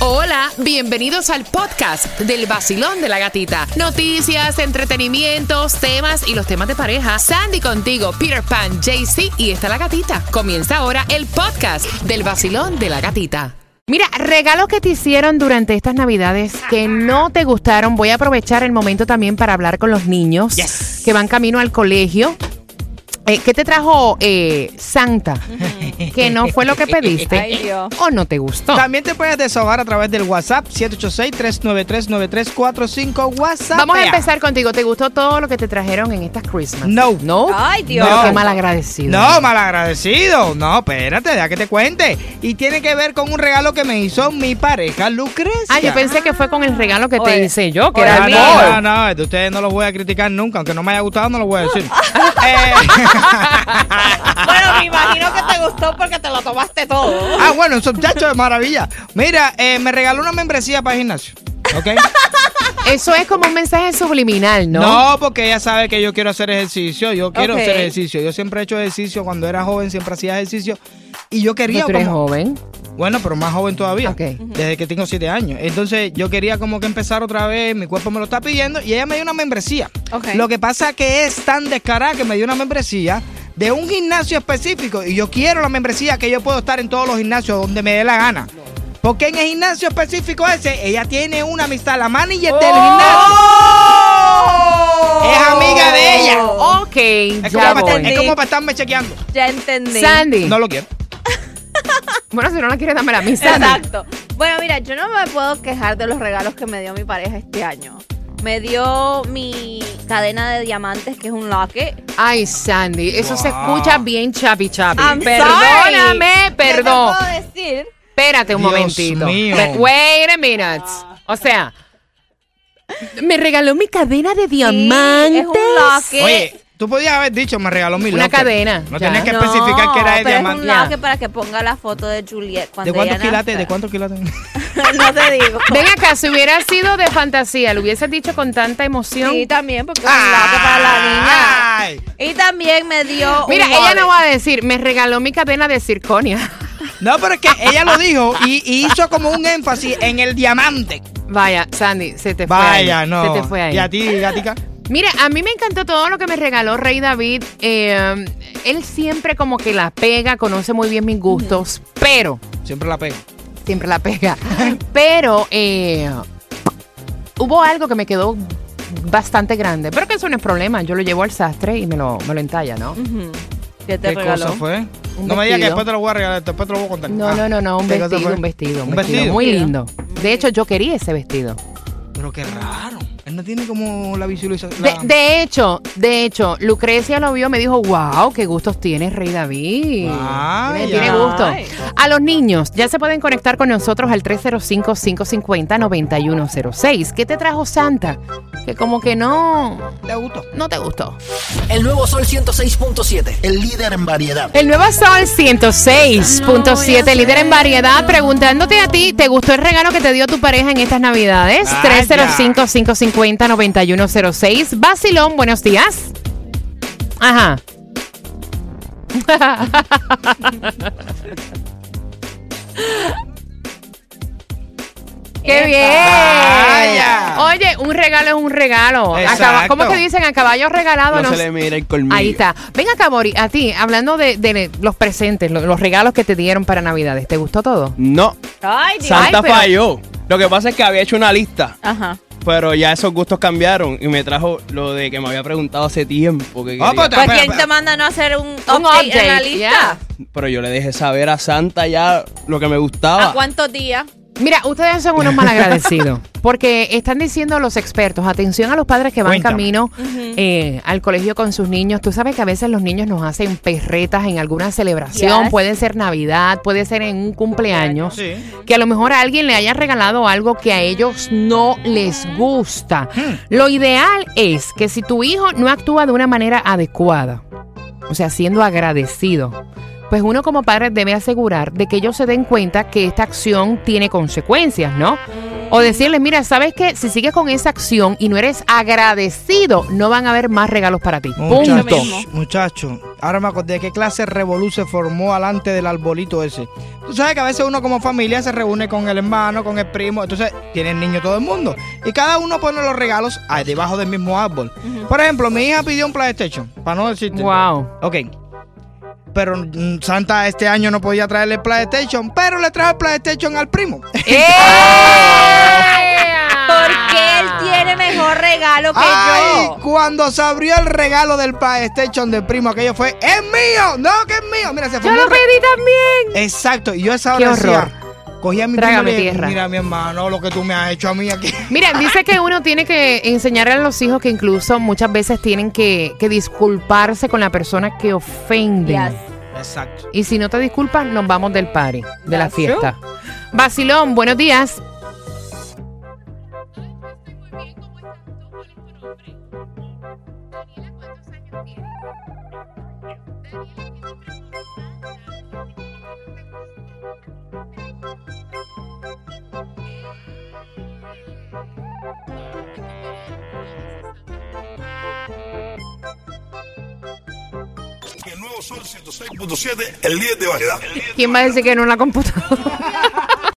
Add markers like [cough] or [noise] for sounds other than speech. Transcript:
Hola, bienvenidos al podcast del vacilón de la gatita. Noticias, entretenimientos, temas y los temas de pareja. Sandy contigo, Peter Pan, JC y está la gatita. Comienza ahora el podcast del vacilón de la gatita. Mira, regalos que te hicieron durante estas navidades que no te gustaron. Voy a aprovechar el momento también para hablar con los niños Yes. que van camino al colegio. Eh, ¿Qué te trajo eh, Santa? Que no fue lo que pediste Ay, Dios. o no te [laughs] gustó. También te puedes desahogar a través del WhatsApp 786-393-9345 WhatsApp. Vamos a empezar contigo. ¿Te gustó todo lo que te trajeron en estas Christmas? No. No. Ay, Dios. Pero No. qué malagradecido. No, malagradecido. No, espérate, deja que te cuente. Y tiene que ver con un regalo que me hizo mi pareja Lucrecia. Ah, yo pensé que fue con el regalo que te Oye. hice yo, que Oye, era Ah, el mira. mío. no, no, no, de ustedes no los voy a criticar nunca, aunque no me haya gustado, no los voy a [laughs] decir. Eh, [laughs] Bueno, me imagino que [laughs] te gustó porque te lo tomaste todo. ah, bueno, esos muchachos de maravilla. Mira, eh, me regaló una membresía para el gimnasio. ¿Ok? Eso es como un mensaje subliminal, ¿no? No, porque ella sabe que yo quiero hacer ejercicio. Yo quiero Ok. hacer ejercicio. Yo siempre he hecho ejercicio. Cuando era joven siempre hacía ejercicio. Y yo quería Pero tú eres como- joven. Bueno, pero más joven todavía. Ok. Desde que tengo siete años. Entonces yo quería como que empezar otra vez. Mi cuerpo me lo está pidiendo. Y ella me dio una membresía. Ok. Lo que pasa que es tan descarada que me dio una membresía de un gimnasio específico. Y yo quiero la membresía que yo puedo estar en todos los gimnasios donde me dé la gana. Porque en el gimnasio específico ese, ella tiene una amistad, la manager del Oh, gimnasio. Es amiga de ella. Oh. Ok, Es como, ya para, estar- voy. es como para estarme chequeando. Oh, Ya entendí. Sandy. No lo quiero. Bueno, si no la quieres, dame la misa. Exacto. Bueno, mira, yo no me puedo quejar de los regalos que me dio mi pareja este año. Me dio mi cadena de diamantes, que es un locket. Ay, Sandy, eso se Wow. escucha bien chapi chapi. I'm Perdóname, sorry. perdón. ¿Qué te puedo decir? Espérate un Dios momentito. mío. Pe- Wait a minute. O sea, me regaló mi cadena de diamantes. es un locket. Oye, tú podías haber dicho, me regaló mi Una locker. cadena, No ya. tenías que No, especificar que era de pero diamante. Es un Ya. locket para que ponga la foto de Juliet cuando ¿De cuántos ella quilates? nazca. ¿De cuántos quilates? [laughs] no te digo. Ven acá, si hubiera sido de fantasía, lo hubieses dicho con tanta emoción. Sí, también, porque es Ah. un locket para [laughs] la Ay. niña. Y también me dio. Mira, un ella wallet. no va a decir, me regaló mi cadena de circonia. No, pero es que ella lo dijo y, y hizo como un énfasis en el diamante. [laughs] Vaya, Sandy, se te fue Vaya, ahí. no. Se te fue ahí. ¿Y a ti, Gatica? Mira, a mí me encantó todo lo que me regaló Rey David. Eh, él siempre como que la pega, conoce muy bien mis gustos, pero, Siempre la pego. siempre la pega, pero eh, hubo algo que me quedó bastante grande, pero que eso no es problema, yo lo llevo al sastre y me lo, me lo entalla, ¿no? Ujú. ¿Qué te ¿Qué regaló? cosa fue? Un no me digas vestido. que después te lo voy a regalar, después te lo voy a contar. No, Ah, no, no, no, un ¿qué cosa vestido, fue? un vestido, un ¿Un vestido, vestido? muy Vestido. lindo. De hecho, yo quería ese vestido. Pero qué raro. Él no tiene como la visualización. De, la- de hecho, de hecho, Lucrecia lo vio, me dijo, wow, qué gustos tienes, Rey David. Vaya. Tiene- Tiene gusto. Ay. A los niños, ya se pueden conectar con nosotros al 305-550-9106. ¿Qué te trajo Santa? Que como que no, Te gustó. no te gustó. El nuevo Sol 106.7, el líder en variedad. El nuevo Sol 106.7, líder en variedad, preguntándote a ti, ¿te gustó el regalo que te dio tu pareja en estas navidades? Vaya. 305-550-9106. Basilón, buenos días. Ajá. ¡Qué bien! Vaya. Oye, un regalo es un regalo. A caba- ¿Cómo Exacto. que dicen? A caballo regalado No no se se- le mira el colmillo. Ah, Ahí está. Ven acá, Mori, a ti, hablando de, de los presentes, lo- los, regalos que te dieron para Navidades, ¿te gustó todo? No, Ay, Dios. Santa Ay, pero- falló. Lo que pasa es que había hecho una lista, Ajá. pero ya esos gustos cambiaron y me trajo lo de que me había preguntado hace tiempo. que Ah, quería. Pues Espera, espera, quién espera. te manda a no hacer un, update, en la update, lista. yeah. pero yo le dejé saber a Santa ya lo que me ¿A gustaba. cuántos días? Mira, ustedes son unos [laughs] malagradecidos, porque están diciendo los expertos, atención a los padres que van Cuéntame. camino eh, al colegio con sus niños. Tú sabes que a veces los niños nos hacen perretas en alguna celebración, Yes. puede ser Navidad, puede ser en un cumpleaños. Sí. que a lo mejor a alguien le haya regalado algo que a ellos no les gusta. Lo ideal es que si tu hijo no actúa de una manera adecuada, o sea, siendo agradecido, pues uno como padre debe asegurar de que ellos se den cuenta que esta acción tiene consecuencias, ¿no? O decirles, mira, ¿sabes qué? Si sigues con esa acción y no eres agradecido, no van a haber más regalos para ti. Punto. Muchachos, mismo. muchachos, Ahora me acordé qué clase de revolú se formó alante del arbolito ese. Tú sabes que a veces uno como familia se reúne con el hermano, con el primo, entonces tienen niños todo el mundo. Y cada uno pone los regalos ahí debajo del mismo árbol. Por ejemplo, mi hija pidió un PlayStation, para no decirte. Wow. [laughs] Ok. Pero mm, Santa este año no podía traerle el PlayStation, pero le trajo el PlayStation al primo. ¡Eh! Ah. Porque él tiene mejor regalo que [laughs] ¡Ay! yo. Cuando se abrió el regalo del PlayStation del primo, aquello fue ¡Es mío! ¡No, que es mío! Mira, se fue Yo lo pedí también. Exacto, y yo a esa ¡Qué hora decía, cogía a mi primo y Trágame le- tierra. Mira, mi hermano, lo que tú me has hecho a mí aquí. Mira, dice que uno tiene que enseñarle a los hijos que incluso muchas veces tienen que, que disculparse con la persona que ofende. Yes. Exacto. Y si no te disculpas, nos vamos del party, de la That's fiesta. Basilón, buenos días. El nuevo Sol 106.7, el líder de variedad. ¿Quién va a decir que no en la computadora?